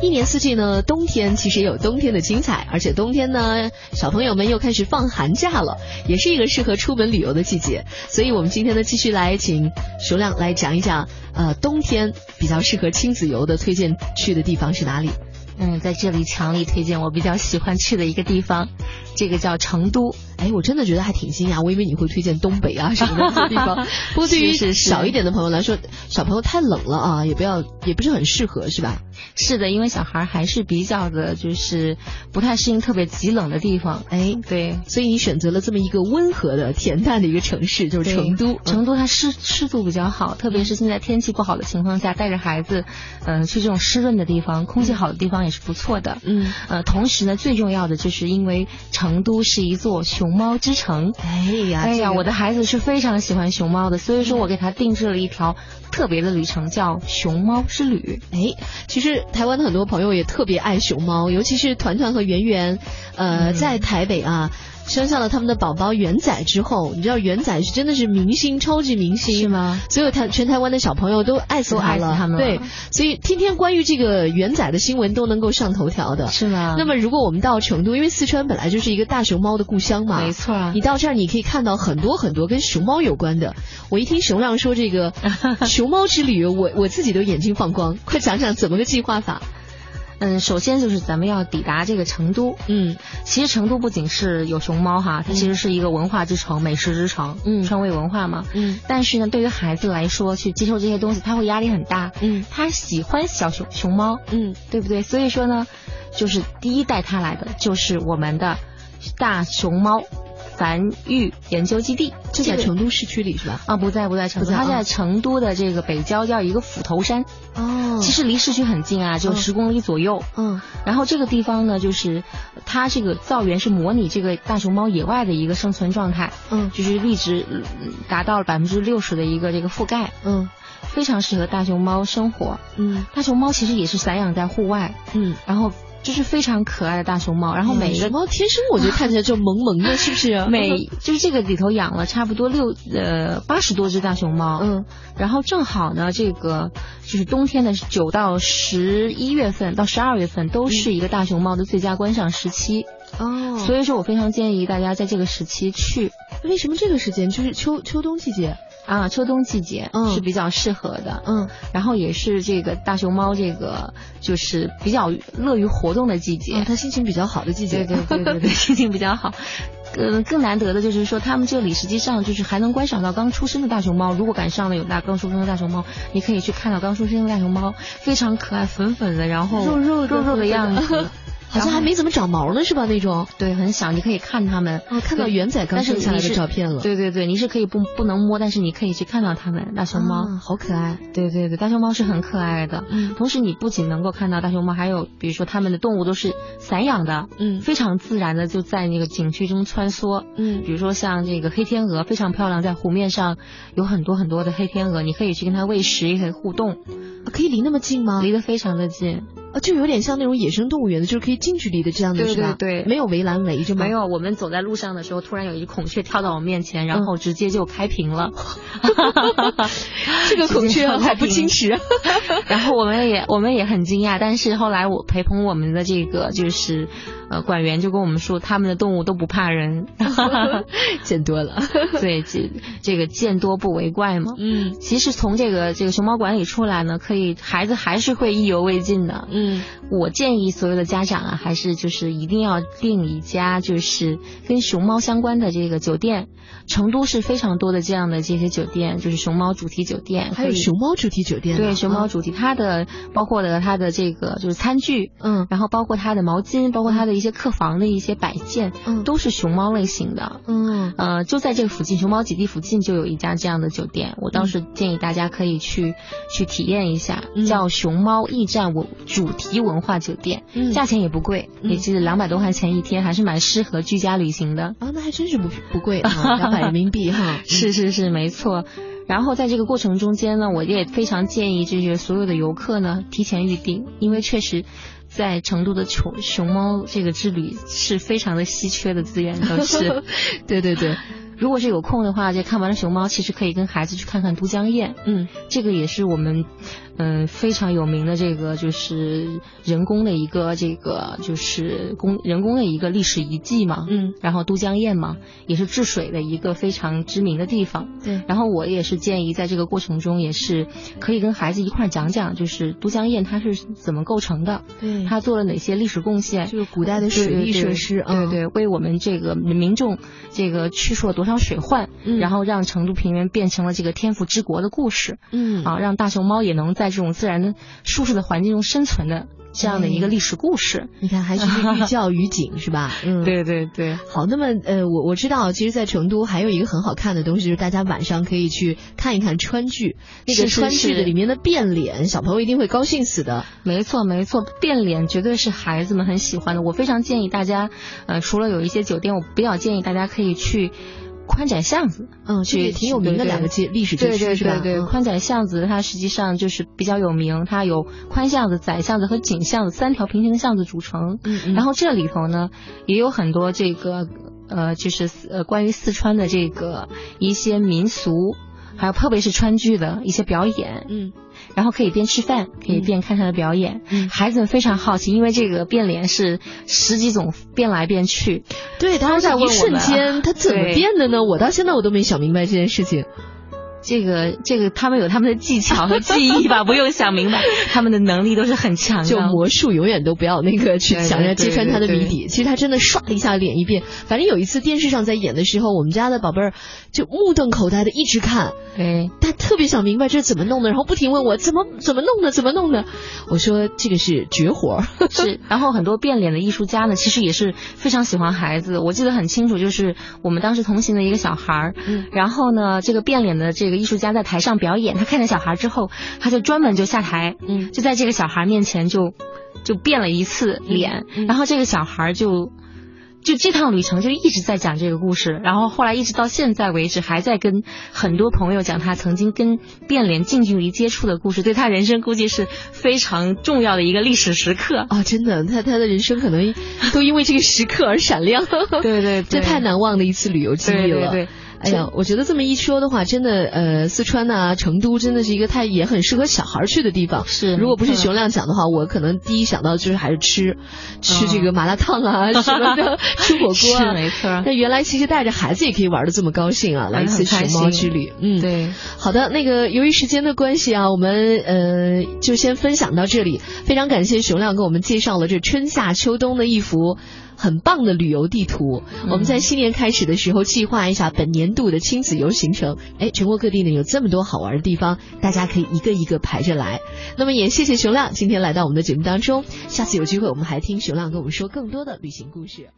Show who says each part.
Speaker 1: 一年四季呢，冬天其实也有冬天的精彩，而且冬天呢，小朋友们又开始放寒假了，也是一个适合出门旅游的季节。所以我们今天呢，继续来请熊亮来讲一讲，呃，冬天比较适合亲子游的推荐去的地方是哪里？
Speaker 2: 嗯，在这里强力推荐我比较喜欢去的一个地方，这个叫成都。
Speaker 1: 哎，我真的觉得还挺惊讶，我以为你会推荐东北啊什么的地方。不过对于
Speaker 2: 是是是
Speaker 1: 小一点的朋友来说，啊小朋友太冷了啊，也不要，也不是很适合，是吧？
Speaker 2: 是的，因为小孩还是比较的，就是不太适应特别极冷的地方。
Speaker 1: 哎，
Speaker 2: 对，
Speaker 1: 所以你选择了这么一个温和的、恬淡的一个城市，就是成都。嗯
Speaker 2: 成都它湿湿度比较好，特别是现在天气不好的情况下，带着孩子，嗯、去这种湿润的地方，空气好的地方也是不错的。
Speaker 1: 嗯，
Speaker 2: 呃，同时呢，最重要的就是因为成都是一座熊猫之城。
Speaker 1: 哎呀，
Speaker 2: 哎呀，
Speaker 1: 这个
Speaker 2: 我的孩子是非常喜欢熊猫的，所以说我给他定制了一条特别的旅程，叫熊猫之旅。
Speaker 1: 哎，其实台湾的很多朋友也特别爱熊猫，尤其是团团和圆圆，呃，
Speaker 2: 嗯
Speaker 1: 在台北啊。生下了他们的宝宝圆仔之后，你知道圆仔是真的是明星，超级明星，
Speaker 2: 是吗？
Speaker 1: 所有台全台湾的小朋友都爱死
Speaker 2: 都
Speaker 1: 他
Speaker 2: 爱死
Speaker 1: 了，
Speaker 2: 他们了
Speaker 1: 对，所以天天关于这个圆仔的新闻都能够上头条的。
Speaker 2: 是啊吗？
Speaker 1: 那么如果我们到成都，因为四川本来就是一个大熊猫的故乡嘛，
Speaker 2: 没错啊
Speaker 1: 你，到这儿，你可以看到很多很多跟熊猫有关的。我一听熊亮说这 个熊猫之旅，我我自己都眼睛放光。快讲讲怎么个计划法？
Speaker 2: 嗯，首先就是咱们要抵达这个成都。
Speaker 1: 嗯
Speaker 2: 其实成都不仅是有熊猫哈，它其实是一个文化之城、美食之城，
Speaker 1: 嗯
Speaker 2: 川味文化嘛。
Speaker 1: 嗯
Speaker 2: 但是呢，对于孩子来说，去接受这些东西，他会压力很大。
Speaker 1: 嗯
Speaker 2: 他喜欢小熊熊猫，
Speaker 1: 嗯，
Speaker 2: 对不对？所以说呢，就是第一带他来的就是我们的大熊猫繁育研究基地，
Speaker 1: 就在
Speaker 2: 这个
Speaker 1: 成都市区里是吧？
Speaker 2: 啊，不在不在成
Speaker 1: 不
Speaker 2: 都，
Speaker 1: 在啊
Speaker 2: 它在成都的这个北郊叫一个斧头山，
Speaker 1: 哦
Speaker 2: 其实离市区很近啊，就
Speaker 1: 嗯
Speaker 2: 十公里左右。
Speaker 1: 嗯
Speaker 2: 然后这个地方呢，就是它这个造园是模拟这个大熊猫野外的一个生存状态，
Speaker 1: 嗯
Speaker 2: 就是绿植嗯达到了百分之六十的一个这个覆盖，
Speaker 1: 嗯
Speaker 2: 非常适合大熊猫生活。
Speaker 1: 嗯
Speaker 2: 大熊猫其实也是散养在户外，
Speaker 1: 嗯。
Speaker 2: 然后就是非常可爱的大熊猫，然后每一个
Speaker 1: 熊。猫天生我就看起来就萌萌的，嗯是不是？
Speaker 2: 每就是这个里头养了差不多六呃八十多只大熊 猫，
Speaker 1: 嗯
Speaker 2: 然后正好呢，这个就是冬天的九到十一月份到十二月份都是一个大熊猫的最佳观赏时期，
Speaker 1: 哦所
Speaker 2: 所以说我非常建议大家在这个时期去
Speaker 1: 以为什么这个时间就是秋秋冬季节？
Speaker 2: 啊，秋冬季节
Speaker 1: 嗯
Speaker 2: 是比较适合的。
Speaker 1: 嗯
Speaker 2: 然后也是这个大熊猫这个就是比较乐于活动的季节，
Speaker 1: 哦，它心情比较好的季节。
Speaker 2: 对对 对对对，心情比较好。呃，更难得的就是说，他们这里实际上就是还能观赏到刚出生的大熊猫。如果赶上了有大刚出生的大熊猫，你可以去看到刚出生的大熊猫非常可爱、粉粉的，然后
Speaker 1: 肉肉的
Speaker 2: 肉肉的样
Speaker 1: 对对
Speaker 2: 子
Speaker 1: 对， 好像还没怎么长毛呢，是吧？那种。
Speaker 2: 对，很小，你可以看它们。
Speaker 1: 哦，看到圆仔刚
Speaker 2: 但是
Speaker 1: 生下来
Speaker 2: 你
Speaker 1: 的
Speaker 2: 是
Speaker 1: 照片了。
Speaker 2: 对对对，你是可以不不能摸，但是你可以去看到它们大熊猫。
Speaker 1: 啊好可爱。
Speaker 2: 对对对，大熊猫是很可爱的。
Speaker 1: 嗯
Speaker 2: 同时，你不仅能够看到大熊猫，还有比如说它们的动物都是散养的，
Speaker 1: 嗯
Speaker 2: 非常自然的就在那个景区中穿梭。
Speaker 1: 嗯
Speaker 2: 比如说像这个黑天鹅非常漂亮，在湖面上有很多很多的黑天鹅，你可以去跟它喂食，也可以互动，
Speaker 1: 啊可以离那么近吗？
Speaker 2: 离得非常的近。
Speaker 1: 啊，就有点像那种野生动物园的，就是可以近距离的这样的，
Speaker 2: 对
Speaker 1: 是吧？
Speaker 2: 对对
Speaker 1: 没有围栏围着吗？
Speaker 2: 没。有，我们走在路上的时候，突然有一只孔雀跳到我面前，然后直接就开屏了。
Speaker 1: 这个孔雀好
Speaker 2: 好
Speaker 1: 不矜持 啊。
Speaker 2: 然后我们也我们也很惊讶，但是后来我陪同我们的这个就是呃管员就跟我们说，他们的动物都不怕人，
Speaker 1: 见多了。
Speaker 2: 对，这这个见多不为怪嘛。
Speaker 1: 嗯
Speaker 2: 其实从这个这个熊猫馆里出来呢，可以孩子还是会意犹未尽的。
Speaker 1: 嗯
Speaker 2: 我建议所有的家长啊，还是就是一定要订一家就是跟熊猫相关的这个酒店。成都是非常多的这样的这些酒店，就是熊猫主题酒店，
Speaker 1: 哦还有
Speaker 2: 可以
Speaker 1: 熊猫主题酒店呢。
Speaker 2: 对熊猫
Speaker 1: 啊。
Speaker 2: 主题，它的包括了它的这个就是餐具，
Speaker 1: 嗯
Speaker 2: 然后包括它的毛巾，包括它的一些客房的一些摆件，
Speaker 1: 嗯
Speaker 2: 都是熊猫类型的。
Speaker 1: 嗯
Speaker 2: 呃，就在这个附近，熊猫基地附近就有一家这样的酒店，我倒是建议大家可以去、去体验一下
Speaker 1: 嗯，
Speaker 2: 叫熊猫驿站文主题文化酒店，
Speaker 1: 嗯
Speaker 2: 价钱也不贵，
Speaker 1: 嗯
Speaker 2: 也就是两百多块钱一天，还是蛮适合居家旅行的。
Speaker 1: 啊，那还真是不不贵啊，两百人民币 哈。
Speaker 2: 是是是，没错。然后在这个过程中间呢，我也非常建议这些所有的游客呢提前预定，因为确实。在成都的熊熊猫这个之旅是非常的稀缺的资源，都是
Speaker 1: 对对对。
Speaker 2: 如果是有空的话，就看完了熊猫，其实可以跟孩子去看看都江堰，
Speaker 1: 嗯，
Speaker 2: 这个也是我们嗯、呃非常有名的这个就是人工的一个这个就是工人工的一个历史遗迹嘛，
Speaker 1: 嗯，
Speaker 2: 然后都江堰嘛，也是治水的一个非常知名的地方。
Speaker 1: 对，
Speaker 2: 然后我也是建议在这个过程中，也是可以跟孩子一块儿讲讲，就是都江堰它是怎么构成的，
Speaker 1: 对
Speaker 2: 它做了哪些历史贡献。
Speaker 1: 嗯就是古代的水利设施
Speaker 2: 对对
Speaker 1: 啊，
Speaker 2: 对对，为我们这个民众这个去除了多少水患，
Speaker 1: 嗯
Speaker 2: 然后让成都平原变成了这个天府之国的故事
Speaker 1: 嗯
Speaker 2: 啊，让大熊猫也能在这种自然的舒适的环境中生存的这样的一个
Speaker 1: 嗯
Speaker 2: 历史故事。
Speaker 1: 你看还是寓教于景是吧？嗯，。
Speaker 2: 对对，
Speaker 1: 好，那么呃，我我知道，其实，在成都还有一个很好看的东西，就是大家晚上可以去看一看川剧，那个
Speaker 2: 是是
Speaker 1: 川剧的
Speaker 2: 是
Speaker 1: 里面的变脸，小朋友一定会高兴死的。
Speaker 2: 没错，没错，变脸绝对是孩子们很喜欢的。我非常建议大家，呃，除了有一些酒店，我比较建议大家可以去宽窄巷子。
Speaker 1: 嗯，这
Speaker 2: 去
Speaker 1: 个也挺有名的
Speaker 2: 对对
Speaker 1: 两个街历史街
Speaker 2: 对
Speaker 1: 区
Speaker 2: 对
Speaker 1: 是
Speaker 2: 对
Speaker 1: 吧？
Speaker 2: 对，
Speaker 1: 嗯
Speaker 2: 宽窄巷子它实际上就是比较有名，它有宽巷子、窄巷子和井巷子三条平行的巷子组成。
Speaker 1: 嗯嗯，
Speaker 2: 然后这里头呢，也有很多这个呃，就是呃关于四川的这个一些民俗，还有特别是川剧的一些表演。
Speaker 1: 嗯
Speaker 2: 然后可以边吃饭，可以边看他的表演。
Speaker 1: 嗯
Speaker 2: 孩子们非常好奇，因为这个变脸是十几种变来变去。
Speaker 1: 对，当
Speaker 2: 在
Speaker 1: 时
Speaker 2: 问
Speaker 1: 一
Speaker 2: 我
Speaker 1: 瞬
Speaker 2: 们啊
Speaker 1: 间他怎么
Speaker 2: 对
Speaker 1: 变的呢？我到现在我都没想明白这件事情。
Speaker 2: 这个这个，他们有他们的技巧和技艺 吧，不用想明白，他们的能力都是很强的。
Speaker 1: 就魔术永远都不要那个去
Speaker 2: 对
Speaker 1: 想着
Speaker 2: 对
Speaker 1: 揭穿他的谜
Speaker 2: 对
Speaker 1: 底。其实他真的唰一下脸一变。反正有一次电视上在演的时候，我们家的宝贝儿就目瞪口呆的一直看，
Speaker 2: 对
Speaker 1: 他特别想明白这是怎么弄的，然后不停问我怎么怎么弄的，怎么弄的。我说这个是绝活儿，
Speaker 2: 是。然后很多变脸的艺术家呢，其实也是非常喜欢孩子。我记得很清楚，就是我们当时同行的一个小孩儿，
Speaker 1: 嗯
Speaker 2: 然后呢，这个变脸的这个艺术家在台上表演，他看见小孩之后，他就专门就下台，
Speaker 1: 嗯
Speaker 2: 就在这个小孩面前就就变了一次脸，
Speaker 1: 嗯嗯
Speaker 2: 然后这个小孩就就这趟旅程就一直在讲这个故事，然后后来一直到现在为止还在跟很多朋友讲他曾经跟变脸近距离接触的故事，对他人生估计是非常重要的一个历史时刻。
Speaker 1: 啊、真的，他他的人生可能都因为这个时刻而闪亮。
Speaker 2: 对对
Speaker 1: 这太难忘的一次旅游记
Speaker 2: 对
Speaker 1: 忆
Speaker 2: 对
Speaker 1: 了。
Speaker 2: 对，
Speaker 1: 哎呀，我觉得这么一说的话，真的，呃，四川呐、成都真的是一个太也很适合小孩儿去的地方。
Speaker 2: 是
Speaker 1: 如果不是
Speaker 2: 没错
Speaker 1: 熊亮讲的话，我可能第一想到就是还是吃，吃这个麻辣烫啊什么的，吃火锅
Speaker 2: 是
Speaker 1: 啊。
Speaker 2: 没错，哎
Speaker 1: 那原来其实带着孩子也可以玩的这么高兴啊，来一次
Speaker 2: 很开
Speaker 1: 熊猫之
Speaker 2: 心
Speaker 1: 旅，嗯，。
Speaker 2: 对。
Speaker 1: 好的，那个由于时间的关系啊，我们呃就先分享到这里。非常感谢熊亮给我们介绍了这春夏秋冬的一幅很棒的旅游地图。
Speaker 2: 嗯
Speaker 1: 我们在新年开始的时候计划一下本年度的亲子游行程。哎，全国各地呢有这么多好玩的地方，大家可以一个一个排着来。那么也谢谢熊亮今天来到我们的节目当中，下次有机会我们还听熊亮跟我们说更多的旅行故事。